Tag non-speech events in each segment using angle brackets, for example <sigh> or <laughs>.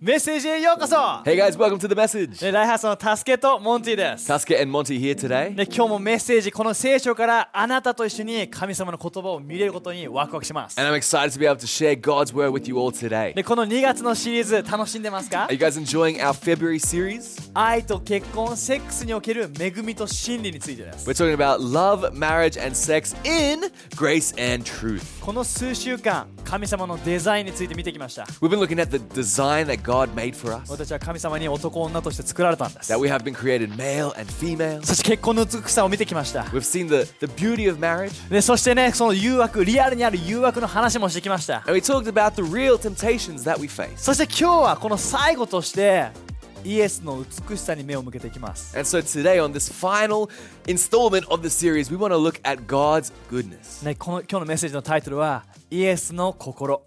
メッセージへようこそ Hey guys, welcome to the message. ねライハースのタスケとモンティです、 Sasuke and Monty here today. ね、今日もメッセージこの聖書からあなたと一緒に神様の言葉を見れることにワクワクします And I'm excited to be able to share God's word with you all today. でこの2月のシリーズ楽しんでますか Are you guys enjoying our February series? 愛と結婚セックスにおける恵みと真理についてです We're talking about love, marriage, and sex in grace and truth. この数週間神様のデザインについて見てきました We've been looking at the design that God made for us, 私は神様に男女として作られたんです that we have been created male and female. そして結婚の美しさを見てきました We've seen the, the beauty of marriage, でそしてねその誘惑リアルにある誘惑の話もしてきました and we talked about the real temptations that we face. そして今日はこの最後としてイエスの美しさに目を向けていきます And so today, on this final installment of the series, we want to look at God's goodness. ね、この今日のメッセージのタイトルは「イエスの心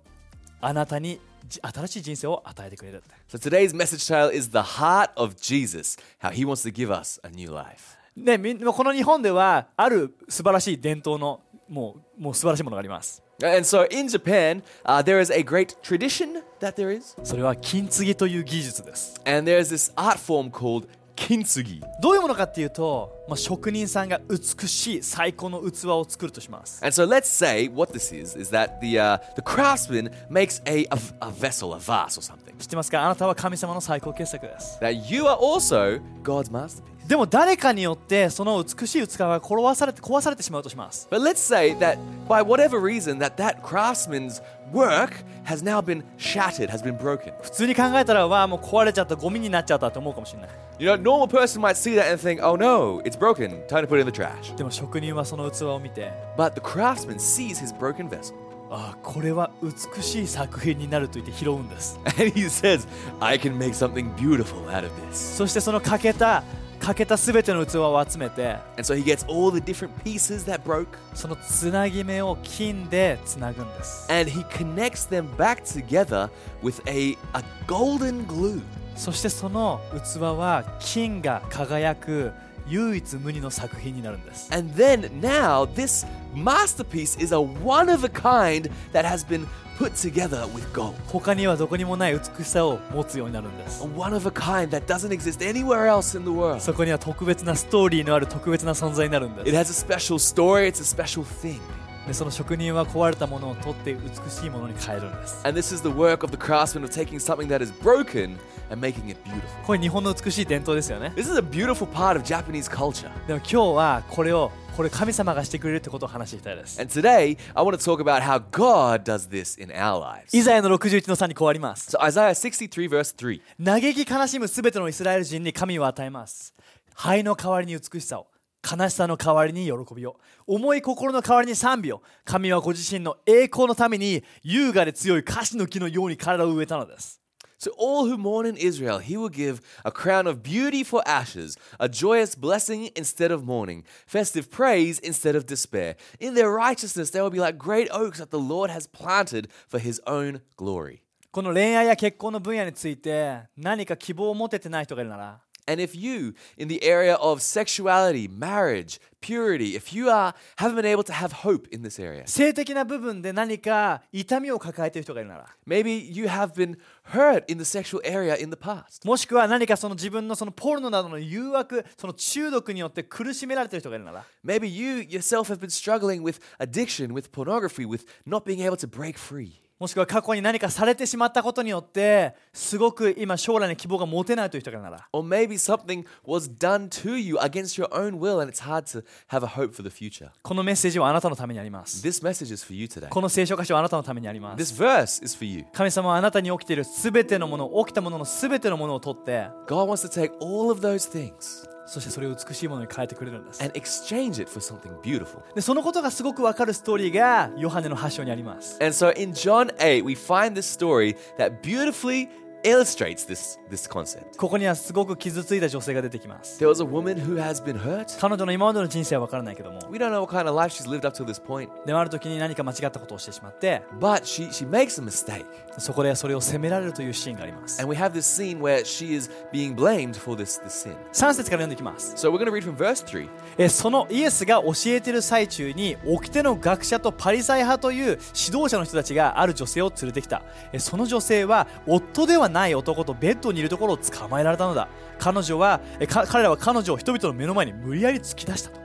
あなたにじ新しい人生を与えてくれる」 So today's message title is The Heart of Jesus, how he wants to give us a new life. ね、みんこの日本ではある素晴らしい伝統のもうもう素晴らしいものがあります And so in Japan, uh, there is a great tradition that there is, それは金継ぎという技術です and there is this art form called kintsugi. どういうものかっていうと、まあ、職人さんが美しい最高の器を作るとします And so let's say what this is is that the uh, the craftsman makes a, a a vessel, a vase or something. 知ってますかあなたは神様の最高傑作です That you are also God's masterpiece. でも誰かによってその美しい器が壊されて壊されてしまうとします But let's say that by whatever reason that that craftsman's work has now been shattered, has been broken. 普通に考えたらわあもう壊れちゃったゴミになっちゃったって思うかもしれない You know, a normal person might see that and think, "Oh no, it's broken. Time to put it in the trash." でも職人はその器を見て But the craftsman sees his broken vessel <laughs> ああこれは美しい作品になると言って拾うんです and he says, I can make something beautiful out of this. そしてその欠けた欠けた全ての器を集めて And so he gets all the different pieces that broke そのつなぎ目を金でつなぐんです and he connects them back together with a, a golden glue. そしてその器は金が輝く唯一無二の作品になるんです And then now this masterpiece is a one of a kind that has been put together with gold. 他にはどこにもない美しさを持つようになるんです A one of a kind that doesn't exist anywhere else in the world. そこには特別なストーリーのある特別な存在になるん It で has a special story, it's a special thing. すでその職人は壊れたものを取って美しいものに変えるんです And this is the work of the craftsman of taking something that is broken and making it beautiful. これ日本の美しい伝統ですよね This is a beautiful part of Japanese culture. でも今日はこれをこれ神様がしてくれるってことを話していきたいです And today, I want to talk about how God does this in our lives. イザヤの61の3にこうあります So, Isaiah 63, verse 3. 嘆き悲しむすべてのイスラエル人に神を与えます灰の代わりに美しさを悲しさの代わりに喜びを重い心の代わりに賛美を神はご自身の栄光のために優雅で強い樫の木のように体を植えたのです To all who mourn in Israel, he will give a crown of beauty for ashes, a joyous blessing instead of mourning, festive praise instead of despair. In their righteousness, they will be like great oaks that the Lord has planted for his own glory. この恋愛や結婚の分野について何か希望を持ててない人がいるなら And if you, in the area of sexuality, marriage, purity, if you are haven't been able to have hope in this area, 性的な部分で何か痛みを抱えている人がいるなら Maybe you have been hurt in the sexual area in the past. もしくは何かその自分のそのポルノなどの誘惑その中毒によって苦しめられている人がいるなら Maybe you yourself have been struggling with addiction, with pornography, with not being able to break free. もしくは過去に何かされてしまったことによってすごく今将来に希望が持てないという人がいるなら Or maybe something was done to you against your own will and it's hard to have a hope for the future. このメッセージはあなたのためにあります This message is for you today. この聖書箇所はあなたのためにあります This verse is for you. 神様はあなたに起きている全てのもの起きたものの全てのものを取って God wants to take all of those things そしてそれを美しいものに変えてくれるんです and exchange it for something beautiful. でそのことがすごくわかるストーリーがヨハネの8章にあります And so in John 8, we find this story that beautifully illustrates this, this concept. ここにはすごく傷ついた女性が出てきます There was a woman who has been hurt. 彼女の今までの人生はわからないけども We don't know what kind of life she's lived up till this point, でもある時に何か間違ったことをしてしまって but she, she makes a mistake. そこでそれを責められるというシーンがあります And we have this scene where she is being blamed for this, this sin. 3節から読んでいきます、 So we're going to read from verse 3. えーそのイエスが教えている最中に掟の学者とパリサイ派という指導者の人たちがある女性を連れてきた、えーその女性は夫ではない男とベッドにいるところを捕まえられたのだ彼女はえか彼らは彼女を人々の目の前に無理やり突き出したと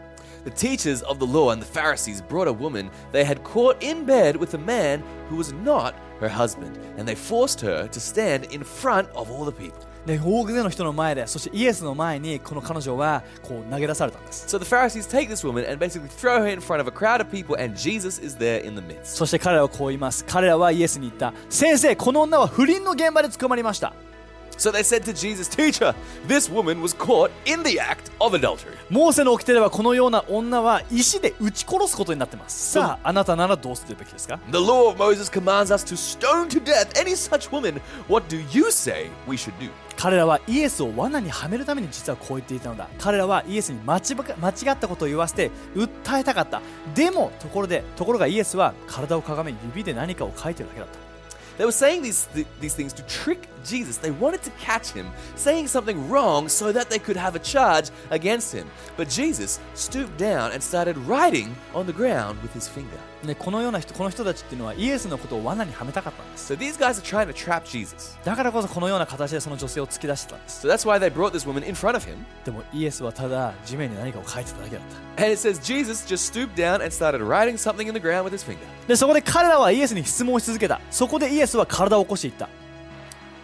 The teachers of the law and the Pharisees brought a woman they had caught in bed with a man who was not her husband, and they forced her to stand in front of all the people. で大勢の人の前でそしてイエスの前にこの彼女はこう投げ出されたんです So the Pharisees take this woman and basically throw her in front of a crowd of people, and Jesus is there in the midst. そして彼らはこう言います彼らはイエスに言った先生この女は不倫の現場で捕まりました So they said to Jesus, Teacher, this woman was caught in the act of adultery. モーセの掟ではこのような女は石で撃ち殺すことになってますさああなたならどうするべきですか The law of Moses commands us to stone to death any such woman. What do you say we should do? 彼らはイエスを罠にはめるために実はこう言っていたのだ彼らはイエスに間違間違ったことを言わせて訴えたかったでもところでところがイエスは体をかがめ指で何かを書いてるだけだった They were saying these, th- these things to trick Jesus. They wanted to catch him saying something wrong so that they could have a charge against him. But Jesus stooped down and started writing on the ground with his finger. ね、このような人この人たちっていうのはイエスのことを罠にはめたかったんです So these guys are trying to trap Jesus. だからこそこのような形でその女性を突き出してたんです So that's why they brought this woman in front of him. でもイエスはただ地面に何かを書いてただけだった And it says Jesus just stooped down and started writing something in the ground with his finger. でそこで彼らはイエスに質問し続けたそこでイエスは体を起こしていった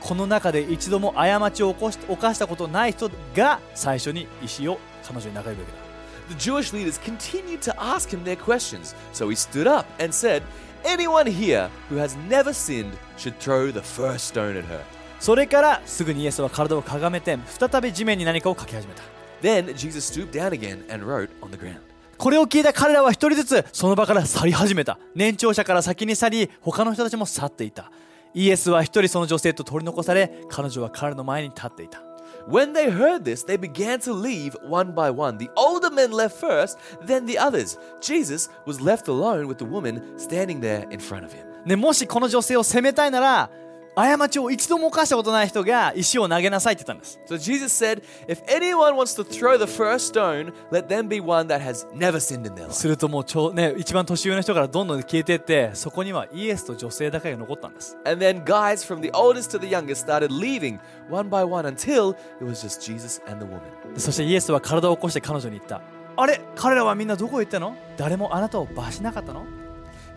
この中で一度も過ちを起こし犯したことない人が最初に石を彼女に投げるべきだ The Jewish leaders continued to ask him their questions. So he stood up and said, Anyone here who has never sinned should throw the first stone at her. それからすぐにイエスは体をかがめて再び地面に何かを書き始めた Then Jesus stooped down again and wrote on the ground. これを聞いた彼らは一人ずつその場から去り始めた年長者から先に去り他の人たちも去っていたイエスは一人その女性と取り残され彼女は彼の前に立っていた When they heard this, they began to leave one by one. The older men left first, then the others. Jesus was left alone with the woman standing there in front of him. ね、もしこの女性を責めたいなら過ちを一度も犯したことない人が石を投げなさいって言ったんです So Jesus said, If anyone wants to throw the first stone, let them be one that has never sinned in their life. するともうちょう、ね、一番年上の人からどんどん消えていってそこにはイエスと女性だけが残ったんです And then guys from the oldest to the youngest started leaving one by one until it was just Jesus and the woman. そしてイエスは体を起こして彼女に言ったあれ彼らはみんなどこへ行ったの誰もあなたを罰しなかったの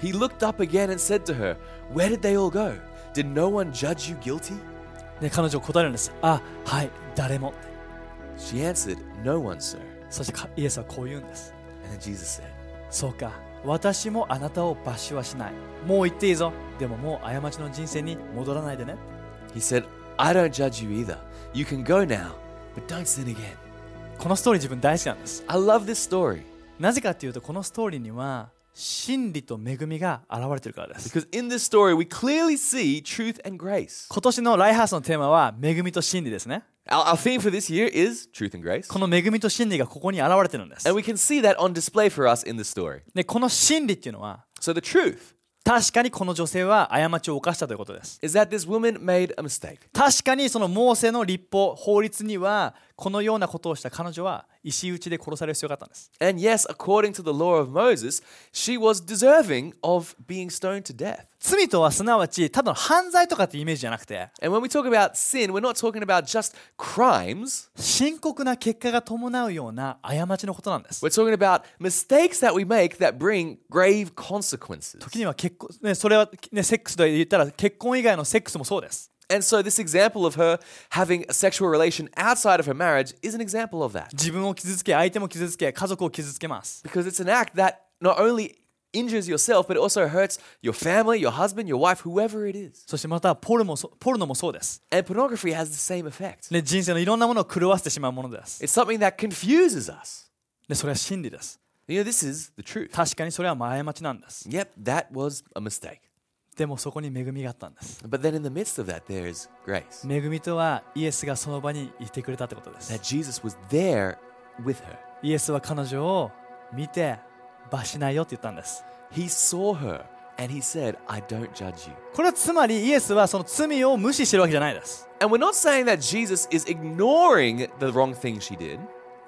He looked up again and said to her, Where did they all go? Did no one judge you guilty? で彼女答えるんですあはい誰も She answered, No one, sir. そしてかイエスはこう言うんです And then Jesus said, そうか私もあなたを罰しはしないもう言っていいぞでももう過ちの人生に戻らないでね He said, I don't judge you either. You can go now, but don't sin again. このストーリー自分大好きなんです I love this story なぜかっていうとこのストーリーには真理と恵みが現れてるからです because in this story we clearly see truth and grace. 今年のライハースのテーマは恵みと真理ですね Our, our theme for this year is truth and grace. この恵みと真理がここに現れてるんです And we can see that on display for us in the story. でこの真理っていうのは So the truth 確かにこの女性は過ちを犯したということです is that this woman made a mistake. 確かにそのモーセの立法法律にはこのようなことをした彼女は石打ちで殺される必要があったんです And yes, according to the law of Moses, she was deserving of being stoned to death. 罪とはすなわちただの犯罪とかってイメージじゃなくて And when we talk about sin, we're not talking about just crimes. 深刻な結果が伴うような過ちのことなんです We're talking about mistakes that we make that bring grave consequences. 時には結婚、ね、それは、ね、セックスで言ったら結婚以外のセックスもそうです。 And so, this example of her having a sexual relation outside of her marriage is an example of that. 自分を傷つけ、相手も傷つけ、家族を傷つけます。 Because it's an act that not only injures yourself, but it also hurts your family, your husband, your wife, whoever it is. そしてまたポルもそポルノもそうです、 And pornography has the same effect. ね。人生のいろんなものを狂わせてしまうものです。 It's something that confuses us. でそれは真理です。 You know, this is the truth. 確かにそれは過ちなんです。 Yep, that was a mistake. でもそこに恵みがあったんです。 But then in the midst of that, there is grace. 恵みとはイエスがその場にいてくれたってことです。 That Jesus was there with her. イエスは彼女を見て罰しないよって言ったんです。 He saw her and he said, I don't judge you. これはつまりイエスはその罪を無視してるわけじゃないです。 And we're not saying that Jesus is ignoring the wrong thing she did.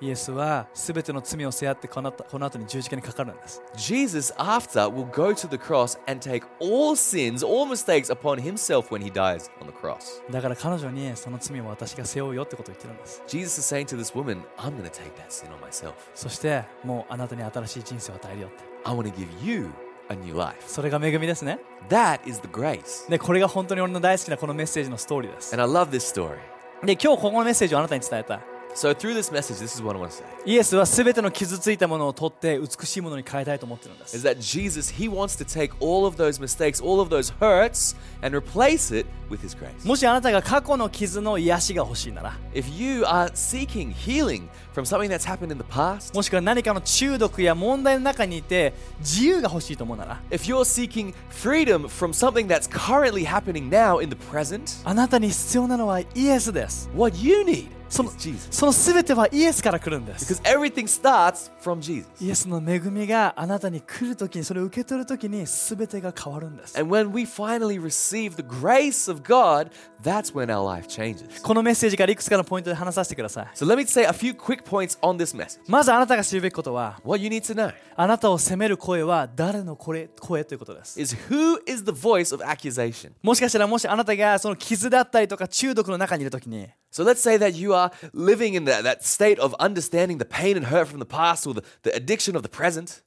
イエスは全ての罪を背負ってこの後この後に十字架にかかるんです。 Jesus after will go to the cross and take all sins, all mistakes upon himself when he dies on the cross. だから彼女にその罪を私が背負うよってことを言ってるんです。 Jesus is saying to this woman, I'm going to take that sin on myself. そしてもうあなたに新しい人生を与えるよって。 I want to give you a new life. それが恵みですね。 That is the grace. で、これが本当に俺の大好きなこのメッセージのストーリーです。 And I love this story. で、今日ここのメッセージをあなたに伝えたい。 So through this message, this is what I want to say. イエスは全ての傷ついたものを取って美しいものに変えたいと思ってるんで Is す。 that Jesus, he wants to take all of those mistakes, all of those hurts, and replace it with his grace. もしあなたが過去の傷の癒しが欲しいなら、 If you are seeking healing from something that's happened in the past, もしくは何かの中毒や問題の中にいて自由が欲しいと思うなら、 if you're seeking freedom from something that's currently happening now in the present, あなたに必要なのはイエスです。 what you need その is Jesus. その全てはイエスから来るんです。 Because everything starts from Jesus. イエスの恵みがあなたに来るときに、それを受け取るときに全てが変わるんです。 And when we finally receive the grace of God, that's when our life changes. このメッセージからいくつかのポイントで話させてください。 So let me say a few quick points on this message. まずあなたが知るべきことは、 What you need to know あなたを責める声は誰の声声ということです。 is who is the voice of accusation. もしかしたらもしあなたがその傷だったりとか中毒の中にいるときに So let's say that you are living in that, that state of understanding the pain and hurt from the past or the, the addiction of the present.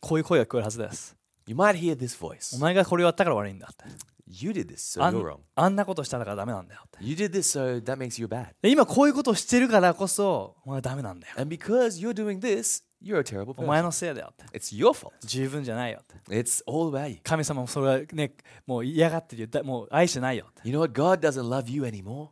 こういう声が聞こえるはずです。 You might hear this voice. お前がこれをやったから悪いんだって。 You did this, so あ you're ん wrong. あんなことしたからダメなんだよって。 You did this, so that makes you bad. で今こういうことをしてるからこそお前はダメなんだよ。 And because you're doing this, you're a terrible お前 person. のせいだよって。 It's your fault. 十分じゃないよって。 It's all about you. 神様もそれはね、もう嫌がってるよ。だもう愛してないよって。 You know what? God doesn't love you anymore.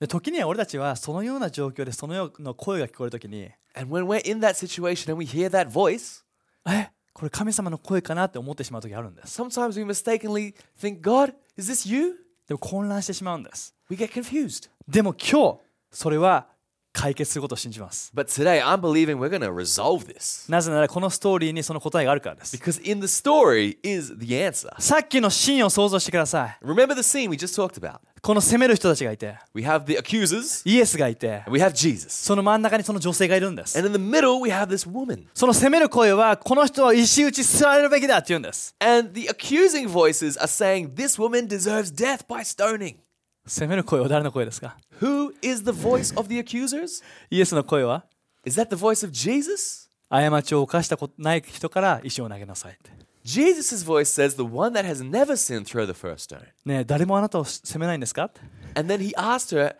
で時には俺たちはそのような状況でそのような声が聞こえるときに、 And when we're in that situation and we hear that voice, えこれ神様の声かなって思ってしまうときあるんです。 sometimes we mistakenly think, God, is this you? でも混乱してしまうんです。 We get confused. でも今日それは解決することを信じます。 But today, I'm believing we're going to resolve this. なぜならこのストーリーにその答えがあるからです。 Because in the story is the answer. さっきのシーンを想像してくださ Remember the scene we just talked about. い。この責める人たちがいて、 We have the accusers イエスがいて、 and we have Jesus. その真ん中にその女性がいるんです。 And in the middle, we have this woman. その責める声は、この人は石打ち座れるべきだって言うんです。 And the accusing voices are saying, This woman deserves death by stoning. 責める声は誰の声ですか Who is the voice of the accusers? イエスの声は、 Is that the voice of Jesus? 過ちを犯したことない人から石を投げなさいって。 Jesus' voice says, The one that has never sinned, throw the first stone. ねえ、誰もあなたを責めないんですかって。 And then he asked her,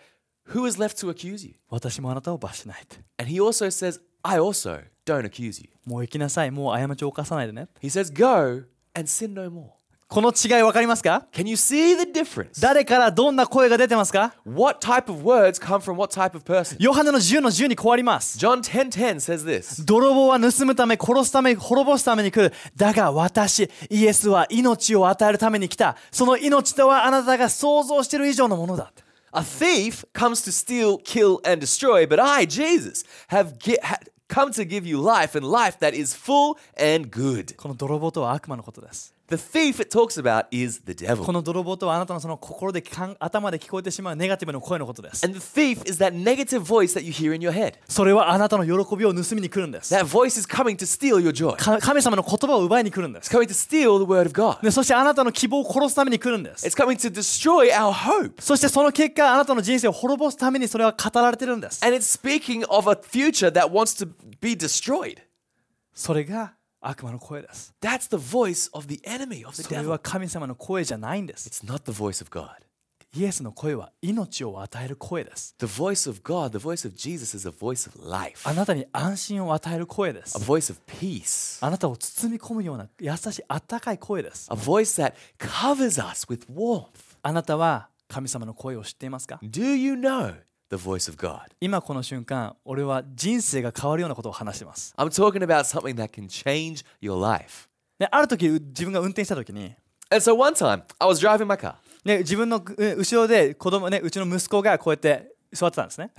Who is left to accuse you? 私もあなたを罰しないって。 And he also says, I also don't accuse you. もう行きなさい。もう過ちを犯さないでねって。 He says, Go and sin no more. この違い分かりますか Can you see the difference? 誰からどんな声が出てますか What type of words come from what type of person? ヨハネの10の10に変わります。 John 10:10 says this. 泥棒は盗むため、殺すため、滅ぼすために来る。だが私、イエスは命を与えるために来た。その命とはあなたが想像している以上のものだ。 A thief comes to steal, kill and destroy, but I, Jesus, have gi- ha- come to give you life and life that is full and good. この泥棒とは悪魔のことです。 The thief it talks about is the こ devil. の泥棒とはあなたのその心でかん頭で聞こえてしまうネガティブな声のことです。 And the thief is that negative voice that you hear in your head. それはあなたの喜びを盗みに来るんです。 That voice is coming to steal your joy. It's か神様の言葉を奪いに来るんです。 coming to steal the word of God. でそしてあなたの希望を殺すために来るんです。 It's coming to destroy our hope. そしてその結果、あなたの人生を滅ぼすためにそれは語られてるんです。 And it's speaking of a future that wants to be destroyed. それが悪魔の声です。 That's the voice of the enemy, of the それ devil. は神様の声じゃないんです。 It's not the voice of God. イエスの声は命を与える声です。 The voice of God, the voice of Jesus, is a voice of life, あなたに安心を与える声で a す。 voice of peace, あなたを包み込むような優しい、あったかい声です。 a voice that covers us with warmth. あなたは神様の声を知っていますか Do you know the voice of God? 今この瞬間、俺は人生が変わるようなことを話してます。 I'm talking about something that can change your life. である時、う自分が運転した時に、 And so one time, I was driving my car, <laughs> ね、自分のえ後ろで子供、ね、うちの息子がこうやって座ってたんですね。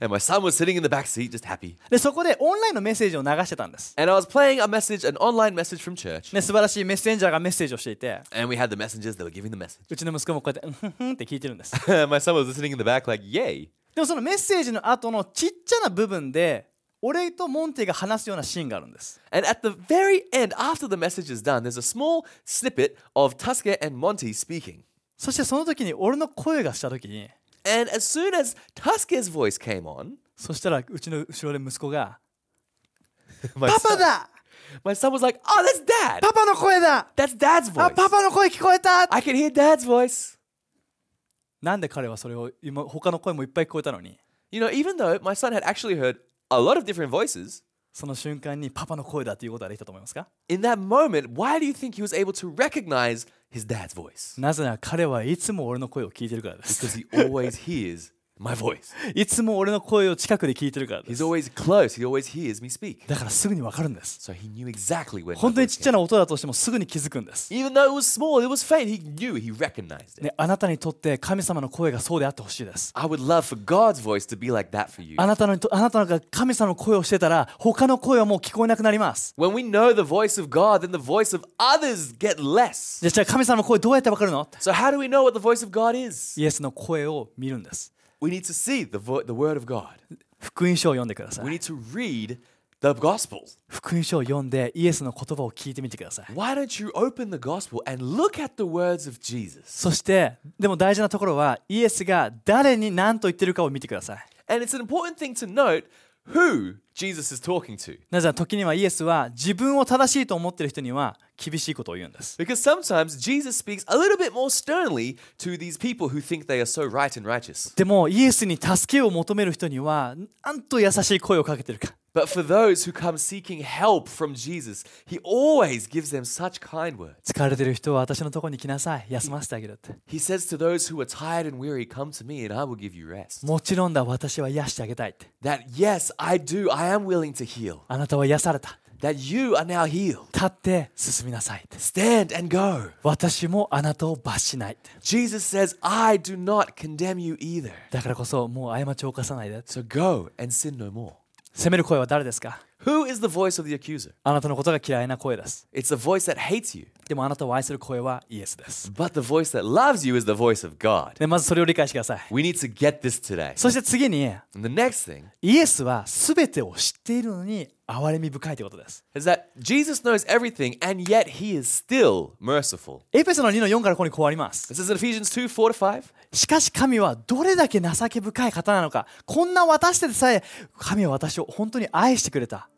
and my son was sitting in the back seat, just happy. で、そこでオンラインのメッセージを流してたんです。 And I was playing a message, an online message from church. ね、素晴らしいメッセンジャーがメッセージをしていて、 And we had the messengers that were giving the message. <laughs> うちの息子もこうやって、うんふんふんって聞いてるんです。 my son was listening in the back, like, yay. でもそのメッセージの後のちっちゃな部分で俺とモンテが話すようなシーンがあるんです And at the very end, after the message is done, there's a small snippet of Tusker and Monty speaking. そしてその時に俺の声がした時に And as soon as Tusker's voice came on, そしたらうちの後ろで息子が <laughs> my 「パパ son, だ my son was like, "Oh, that's Dad. パパの声だ That's Dad's あ voice. パパの声聞こえた!」 I can hear Dad's voice." なんで彼はそれを今他の声もいっぱい聞こえたのに You know, even though my son had actually heard a lot of different voices, その瞬間にパパの声だっていうことができたと思いますか in that moment, why do you think he was able to recognize his dad's voice? なぜなら彼はいつも俺の声を聞いてるからです Because he always hears my voice. いつも俺の声を近くで聞いてるからで He's す always close. He always hears me speak. だからすぐに分かるんです So he knew exactly when. my 本当に voice ちっちゃな音だとしてもすぐに気づくんです、 came. Even though it was small, it was faint. He knew. He recognized it. ね、あなたにとって神様の声がそうであってほしいです I would love for God's voice to be like that for you. あなたのとあなたが神様の声をしてたら他の声はもう聞こえなくなります When we know the voice of God, then the voice of others get less. じゃあじゃあ神様の声どうやって分かるの So how do we know what the voice of God is? イエスの声を見るんです We need to see the vo- the word of God. 福音書を読んでくださ We い need to read the gospel. 福音書を読んでイエスの言葉を聞いてみてください Why don't you open the gospel and look at the words of Jesus? そしてでも大事なところはイエスが誰に何と言ってるかを見てください And it's an important thing to note who Jesus is talking to. なぜなら時にはイエスは自分を正しいと思っている人には厳しいことを言うんです Because sometimes Jesus speaks a little bit more sternly to these people who think they are so right and righteous. でもイエスに助けを求める人にはなんと優しい声をかけてるか But for those who come seeking help from Jesus, he always gives them such kind words. 疲れてる人は私のところに来なさい休ませてあげるって He says to those who are tired and weary, Come to me and I will give you rest. もちろんだ私は癒してあげたいって That, yes, I do, I am willing to heal. あなたは癒された That you are now healed. 立って進みなさいって Stand and go. 私もあなたを罰しないって Jesus says, I do not condemn you either. だからこそもう過ちを犯さないで So go and sin no more. 責める声は誰ですか Who is the voice of the accuser? あなたのことが嫌いな声です It's the voice that hates you. でもあなたを愛する声はイエスです。 But the voice that loves you is the voice of God. でまずそれを理解してください。 We need to get this today. そして次に、 And the next thing イエスは全てを知っているのに憐れみ深いということです。 is that Jesus knows everything and yet he is still merciful. エペソの2の4からここにこうあります。 This is in Ephesians 2 4 to 5. しかし神はどれだけ情け深い方なのか、こんな私でさえ神は私を本当に愛してくれた。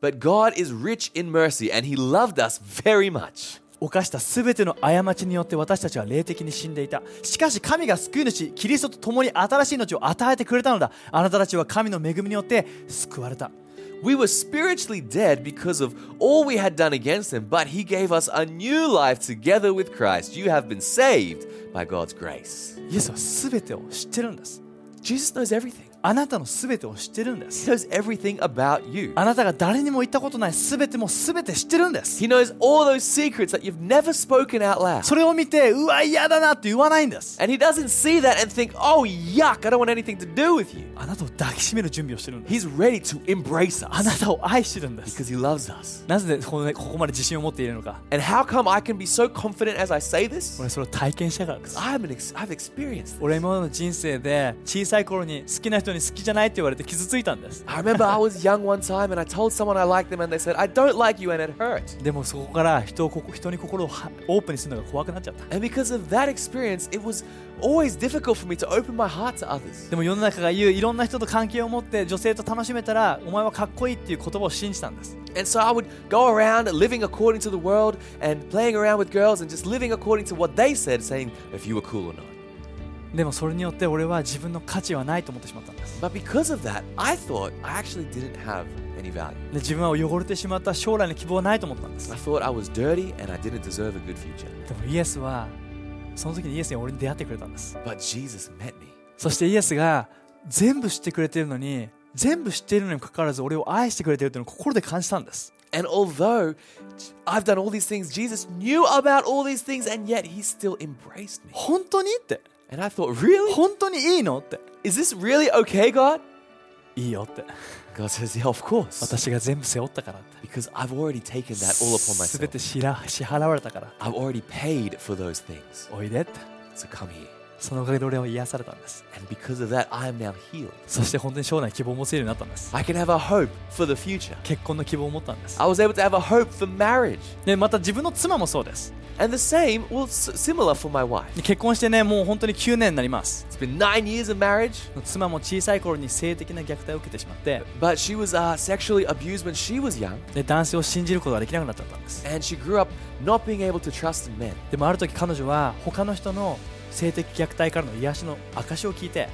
But God is rich in mercy and he loved us very much. 犯した全ての過ちによって私たちは霊的に死んでいた。しかし神が救い主、キリストと共に新しい命を与えてくれたのだ。あなたたちは神の恵みによって救われた。 We were spiritually dead because of all we had done against him, but he gave us a new life together with Christ. You have been saved by God's grace. イエスは全てを知ってるんです。 Jesus knows everything. あなたのすべてを知ってるんで He す。 knows everything about you. あなたが誰にも言ったことないすべてもすべて知ってるんです。 He knows all those secrets that you've never spoken out loud. それを見て、うわ、嫌だなって言わないんです。 And he doesn't see that and think, oh, yuck, I don't want anything to do with you. あなたを抱きしめる準備をしてるんです。 He's ready to embrace あな us たを愛してるんです。 because he loves us. なぜこの、ね、ここまで自信を持っているのか。 And how come I can be so confident as I say this? 俺それを体験したからです。 I'm an ex- I've experienced this. 俺今までの人生で小さい頃に好きな人に好きじゃないって言われて傷ついたんです。 I remember I was young one time and I told someone I liked them and they said, I don't like you and it hurt. でもそこから人をここ人に心をはオープンにするのが怖くなっちゃった。 And because of that experience, it was always difficult for me to open my heart to others. でも世の中が言ういろんな人と関係を持って女性と楽しめたらお前はかっこいいっていう言葉を信じたんです。 And so I would go around living according to the world and playing around with girls and just living according to what they said, saying if you were cool or not. でもそれによって俺は自分の価値はないと思ってしまったんです。 But because of that, I thought I actually didn't have any value. で自分は汚れてしまった将来の希望はないと思ったんです。 I thought I was dirty and I didn't deserve a good future. でもイエスはその時にイエスに俺に出会ってくれたんです。 But Jesus met me. そしてイエスが全部知ってくれてるのに全部知っているのにもかかわらず俺を愛してくれてるというのを心で感じたんです。 And although I've done all these things, Jesus knew about all these things and yet he still embraced me. 本当にって And I thought, really? 本当にいいのって Is this really okay, God? いいよって God says, yeah, of course. 私が全部背負ったからって Because I've already taken that all upon 全 myself. て支払支払われたから I've already paid for those things. おいでって So come here. そそのおかげで俺は癒されたんです And because of that, I am now healed. そして本当に将来希望を持つようになったんです I can have a hope for the future. 結婚の希望を持ったんです I was able to have a hope for marriage. でまた自分の妻もそうです And the same, well, s- similar for my wife. で結婚してねもう本当に9年になります It's been nine years of marriage, 妻も小さい頃に性的な虐待を受けてしまって but she was uh, sexually abused when she was young, で男性を信じることができなくなっちゃったんです and she grew up not being able to trust men. でもある時彼女は他の人の性的虐待からの癒しの証を聞いて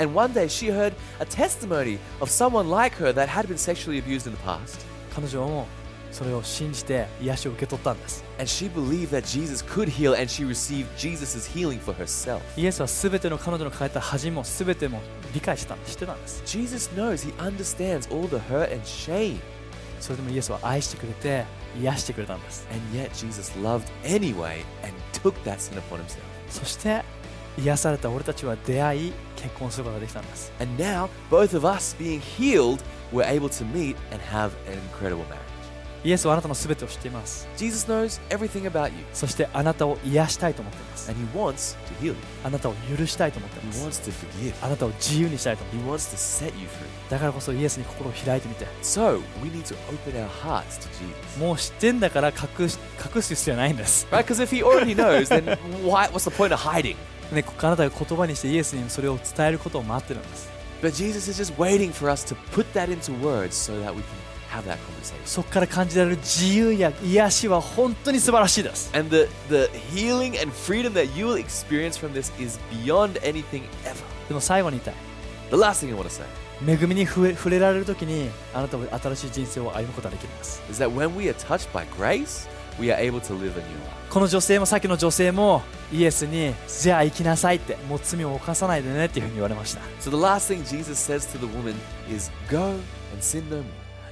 And one day she heard a testimony of someone like her that had been sexually abused in the past, 彼女もそれを信じて癒しを受け取ったんです and she believed that Jesus could heal, and she received Jesus' healing for herself. イエスは全ての彼女の抱えた恥も全ても理解してた知ってたんです Jesus knows, he understands all the hurt and shame, それでもイエスは愛してくれて癒してくれたんです and yet Jesus loved anyway and took that sin upon himself. そして癒された俺たちは出会い結婚することができたんです And now, both of us being healed, we're able to meet and have an incredible marriage. イエスはあなたの全てを知っています Jesus knows everything about you, そしてあなたを癒したいと思っています and he wants to heal you. あなたを許したいと思っていま He す wants to forgive. あなたを自由にしたいと思って He wants to set you free. だからこそイエスに心を開いてみて So, we need to open our hearts to Jesus. もう知ってんだから隠し隠す必要ないんです、 Right? Because if he already knows, then why, what's the point of hiding? ね、こあなたが言葉にしてイエスにそれを伝えることを待ってるんです But Jesus is just waiting for us to put that into words so that we can have that conversation. そこから感じられる自由や癒しは本当に素晴らしいです And the, the healing and freedom that you will experience from this is beyond anything ever. でも最後に言いたい The last thing I want to say 恵みに触れ触れられる時にあなたは新しい人生を歩むことができるんです is that when we are touched by grace, we are able to live a new life. この女性もさっきの女性もイエスにじゃあ行きなさいってもう罪を犯さないでねっていうふうに言われました So the last thing Jesus says to the woman is, Go and sin no more.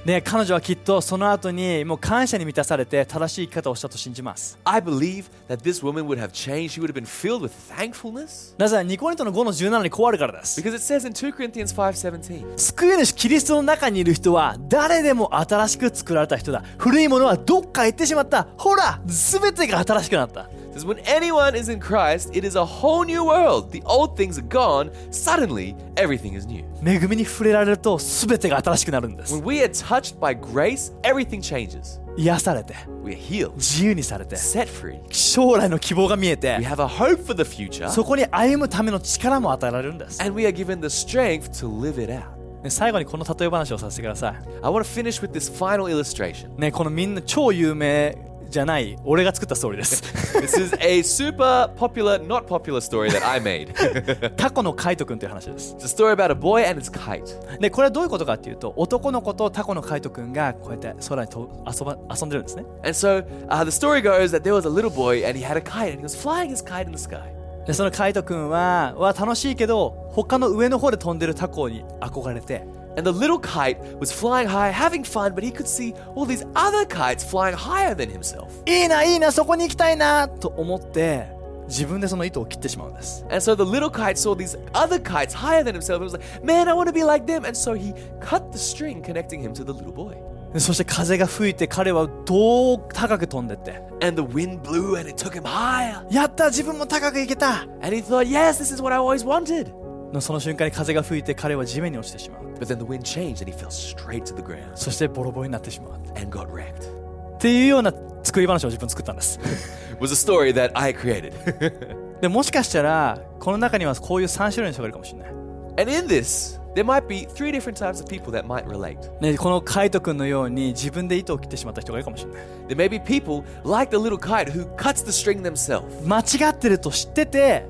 ね彼女はきっとその後にもう感謝に満たされて正しい生き方をしたと信じます I believe that this woman would have changed. She would have been filled with thankfulness. なぜならニコリトの5の17にこうあるからです Because it says in 2 Corinthians 5:17, 救い主キリストの中にいる人は誰でも新しく作られた人だ古いものはどっか行ってしまったほら全てが新しくなった it says, When anyone is in Christ, it is a whole new world. The old things are gone. Suddenly, everything is new. 恵みに触れられると全てが新しくなるんです When we are touched by grace, everything changes. 癒されて We are healed, 自由にされて set free. 将来の希望が見え We て have a hope for the future, そこに歩むための力も与えられるんです、 and we are given the strength to live it out. ね最後にこの例え話をさせてくださ I want to finish with this final illustration. い、ね、このみんな超有名じゃない俺が作ったストーリーです <laughs> This is a super popular, not popular story that I made. <laughs> it's タコのカイト君という話です a story about a boy and his kite. でこれはどういうことかっていうと男の子とタコのカイト君がこうやって空にと遊ば遊んでるんですね And so uh, the story goes that there was a little boy and he had a kite and he was flying his kite in the sky. でそのカイト君はは楽しいけど他の上の方で飛んでるタコに憧れて And the little kite was flying high, having fun, but he could see all these other kites flying higher than himself. いいないいなそこに行きたいなと思って自分でその糸を切ってしまうんです And so the little kite saw these other kites higher than himself and was like, man, I want to be like them. And so he cut the string connecting him to the little boy. でそして風が吹いて彼はどう高く飛んでって And the wind blew and it took him higher. やった自分も高く行けた And he thought, yes, this is what I always wanted. のその瞬間に風が吹いて彼は地面に落ちてしまう But then the wind changed and he fell straight to the ground そしてボロボロになってしまう and got wrecked. っていうような作り話を自分作ったんです <laughs> It was a story that I created. <laughs> でもしかしたらこの中にはこういう3種類の人がいるかもしれない and in this, there might be three different types of people that might relate. ね、このカイト君のように自分で糸を切ってしまった人がいるかもしれない There may be people like the little kite who cuts the string themselves. 間違ってると知ってて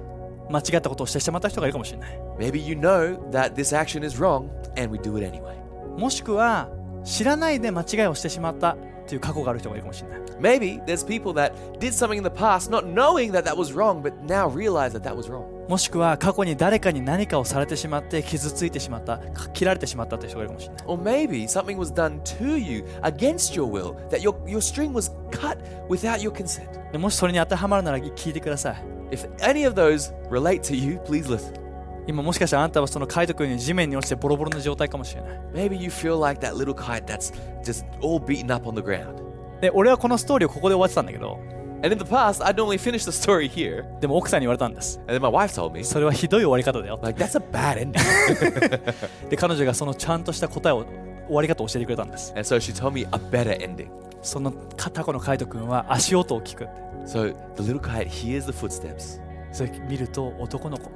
間違ったことをしてしまった人がいるかもしれない Maybe you know that this action is wrong and we do it anyway. もしくは知らないで間違いをしてしまったっていう過去がある人がいるかもしれない Maybe there's people that did something in the past not knowing that that was wrong but now realize that that was wrong. もしくは過去に誰かに何かをされてしまって傷ついてしまったか切られてしまったって人がいるかもしれない Or maybe something was done to you against your will, that your, your string was cut without your consent. でもしそれに当てはまるなら聞いてください If any of those relate to you, please listen. 今もしかしたらあんたはそのカイト君に地面に落ちてボロボロの状態かもしれない Maybe you feel like that little kite that's just all beaten up on the ground. で俺はこのストーリーをここで終わってたんだけど And in the past, I'd normally finish the story here. でも奥さんに言われたんです。 And then my wife told me, それはひどい終わり方だよ。 like, that's a bad ending. で、彼女がそのちゃんとした答えを、終わり方を教えてくれたんです。 and so she told me a better ending. そのタコのカイト君は足音を聞く。 So the little kite hears the footsteps それ見ると男の子。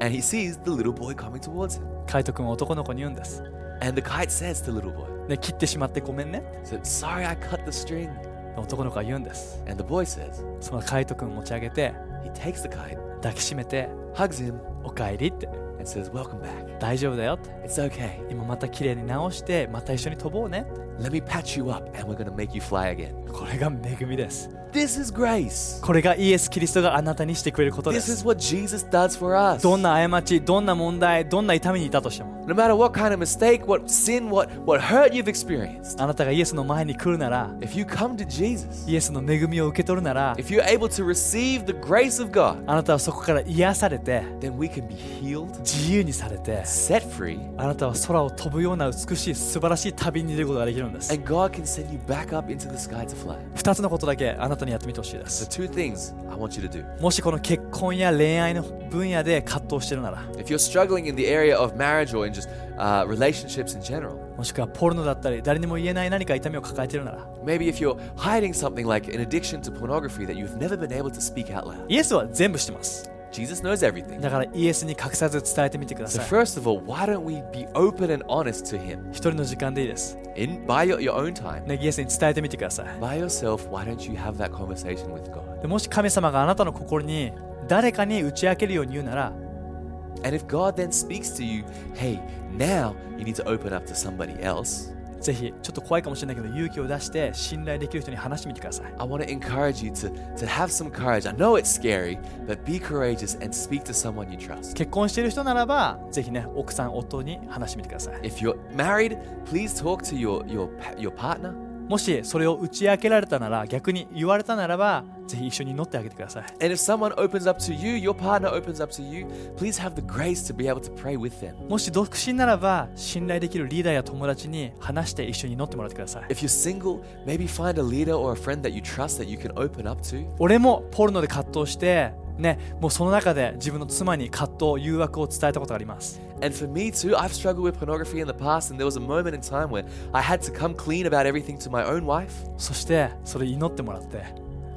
and he sees the little boy coming towards him. カイト君は男の子に言うんです。 And the kite says to the little boy, で、切ってしまってごめんね。 so, Sorry, I cut the string. 男の子は言うんです。 And the boy says, そのカイト君を持ち上げて、 He takes the kite, 抱きしめて、 hugs him, おかえりって、 and says, Welcome back. 大丈夫だよって。 It's okay. 今また綺麗に直して、また一緒に飛ぼうね。 Let me patch you up and we're going to make you fly again. これが恵みです。 This is grace. これがイエス・キリストがあなたにしてくれることで This す is。what Jesus does for us. どんな過ち、どんな問題、どんな痛みにいたとしても、 No matter what kind of mistake, what sin, what, what hurt you've experienced, あなたがイエスの前に来るなら、 if you come to Jesus, イエスの恵みを受け取るなら、 if you're able to receive the grace of God, あなたはそこから癒されて、 then we can be healed, 自由にされて、 set free, あなたは空を飛ぶような美しい、素晴らしい旅に出ることができるんです。 and God can send you back up into the sky to fly. 2つのことだけあなたにやってみてほしいで The す。 two things I want you to do. もしこの結婚や恋愛の分野で葛藤してるなら、 If you're struggling in the area of marriage or in just uh, relationships in general, もしくはポルノだったり、誰にも言えない何か痛みを抱えてるなら、 maybe if you're hiding something like an addiction to pornography that you've never been able to speak out loud, イエスは全部してます。 Jesus knows everything. だからイエスに隠さず伝えてみてくだ So さい。 first of all, why don't we be open and honest to Him 一人の時間でいいです。 in by your, your own time? ね、イエスに伝えてみてください。 By yourself, why don't you have that conversation with God? でもし神様があなたの心に誰かに打ち明けるように言うなら And if God then speaks to you, hey, now you need to open up to somebody else, ぜひちょっと怖いかもしれないけど勇気を出して信頼できる人に話してみてください I want to encourage you to, to have some courage. I know it's scary, but be courageous and speak to someone you trust. 結婚している人ならばぜひね奥さん夫に話してみてください If you're married, please talk to your, your, pa- your partner. もしそれを打ち明けられたなら逆に言われたならばぜひ一緒に乗ってあげてください And if someone opens up to you, your partner opens up to you, please have the grace to be able to pray with them. もし独身ならば信頼できるリーダーや友達に話して一緒に乗ってもらってください If you're single, maybe find a leader or a friend that you trust that you can open up to. 俺もポルノで葛藤してねもうその中で自分の妻に葛藤誘惑を伝えたことがあります And for me too, I've struggled with pornography in the past, and there was a moment in time where I had to come clean about everything to my own wife, そしてそれ祈ってもらって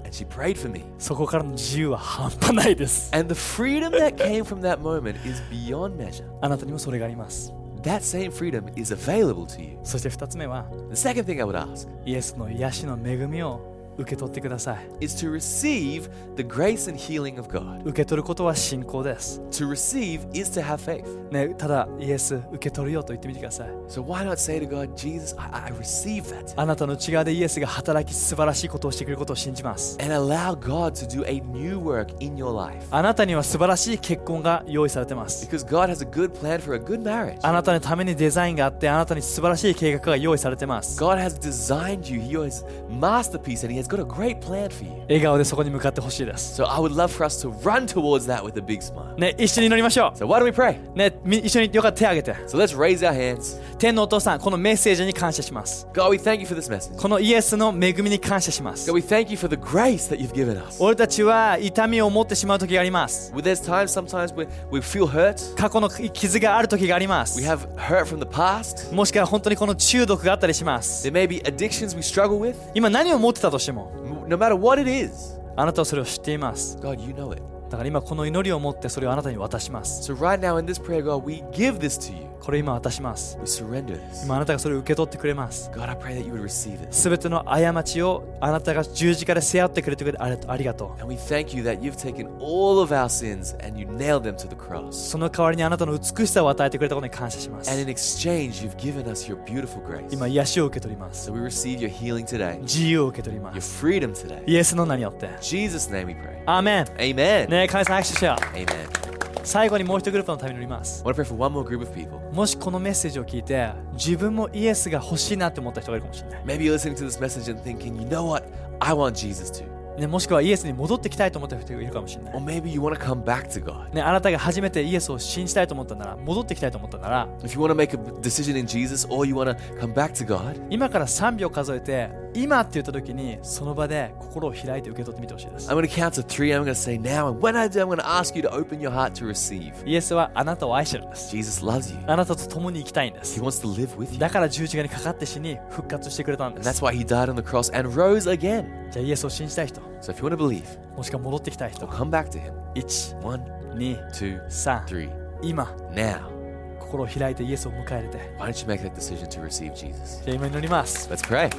and she prayed for me. そこからの自由は半端ないです。 And the freedom that came from that moment is beyond measure. あなたにもそれがあります。 That same freedom is available to you. そして2つ目は、 The second thing I would ask イエスの癒しの恵みを受け取ってください。 is to receive the grace and healing of God. 受け取ることは信仰です。 To receive is to have faith. ね、ただ、イエス、受け取るよと言ってみてください。 So why not say to God, Jesus, I, I receive that. あなたの内側でイエスが働き素晴らしいことをしてくれることを信じます。 And allow God to do a new work in your life. あなたには素晴らしい結婚が用意されてます。 Because God has a good plan for a good marriage. あなたのためにデザインがあって、あなたに素晴らしい計画が用意されてます。 God has designed you. He is masterpiece and he has got a great plan for you. 笑顔でそこに向かってほしいです。 So I would love for us to run towards that with a big smile. ね、一緒に祈りましょ So why don't we pray? う。ね、み一緒によかった手を挙げて。 So let's raise our hands. 天のお父さん、このメッセージに感謝します。 God, we thank you for this message. このイエスの恵みに感謝します God, we thank you for the grace that you've given us. 俺たちは痛みを持ってしまう時があります Well, there's times sometimes where we feel hurt. 過去の傷がある時がありま We す have hurt from the past. もしくは本当にこの中毒があったりします There may be addictions we struggle with. 今何を持ってたとしても M- No matter what it is, あなたはそれを知っています God, you know it. だから今この祈りを持ってそれをあなたに渡します So right now in this prayer, God, we give this to you. これ今渡します We surrender this. 今あなたがそれを受け取ってくれます God, I pray that you would receive this. すべての過ちをあなたが十字架で背負ってくれてくれてありありがと And we thank you that you've taken all of our sins and you nailed them to the cross. うその代わりにあなたの美しさを与えてくれたことに感謝しま And す in exchange, you've given us your beautiful grace. 今癒しを受け取ります So we receive your healing today, 自由を受け取りま your す freedom today. イエスの名によって In Jesus' name we pray. アーメン Amen. ねえ、神様拍手しよう。 Amen. 最後にもう一グループのために乗ります。 I want to pray for one more group of people. もしこのメッセージを聞いて、自分もイエスが欲しいなって思った人がいるかもしれない。 Maybe you're listening to this message and thinking, you know what? I want Jesus too. ね、もしくはイエスに戻ってきたいと思った人がいるかもしれな Or い。 maybe you want to come back to God. ね、あなたが初めてイエスを信じたいと思ったなら、戻ってきたいと思ったなら、 If you want to make a decision in Jesus or you want to come back to God, 今から3秒数えて、今って言った時にその場で心を開いて受け取ってみてほしいです I'm going to count to three. I'm going to say now. And when I do, I'm going to ask you to open your heart to receive. イエスはあなたを愛してるんです。 Jesus loves you. あなたと共に生きたいんです He。wants to live with you. だから十字架にかかって死に復活してくれたんで And す。 that's why he died on the cross and rose again. じゃあイエスを信じたい人、 So if you want to believe, もしくは戻ってきたい人、or come back to him. 1、 One, 2、 two, 3、 three. 今、 Now, 心を開いてイエスを迎え入れて。 why don't you make that decision to receive Jesus? じゃあ今祈ります。 Let's pray.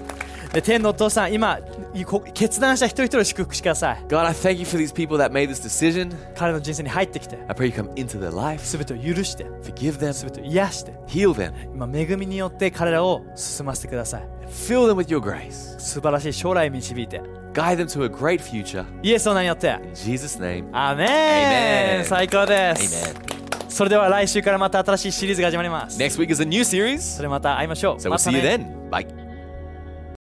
で天のお父さん、今、いこ決断した一人一人を祝福してください。 God, I thank you for these people that made this decision. 彼の人生に入ってきて、 I pray you come into their lives, すべてを許して、 forgive them, すべてを癒して、 heal them, 今、恵みによって彼らを進ませてください。 and fill them with your grace. 素晴らしい将来に導いて、 Guide them to a great future. イエスの名によって、 In Jesus' name, アメン Amen 最高です。 amen. それでは来週からまた新しいシリーズが始まります。 Next week is a new series, それまた会いましょう。 so ま we'll た see you ね then. Bye.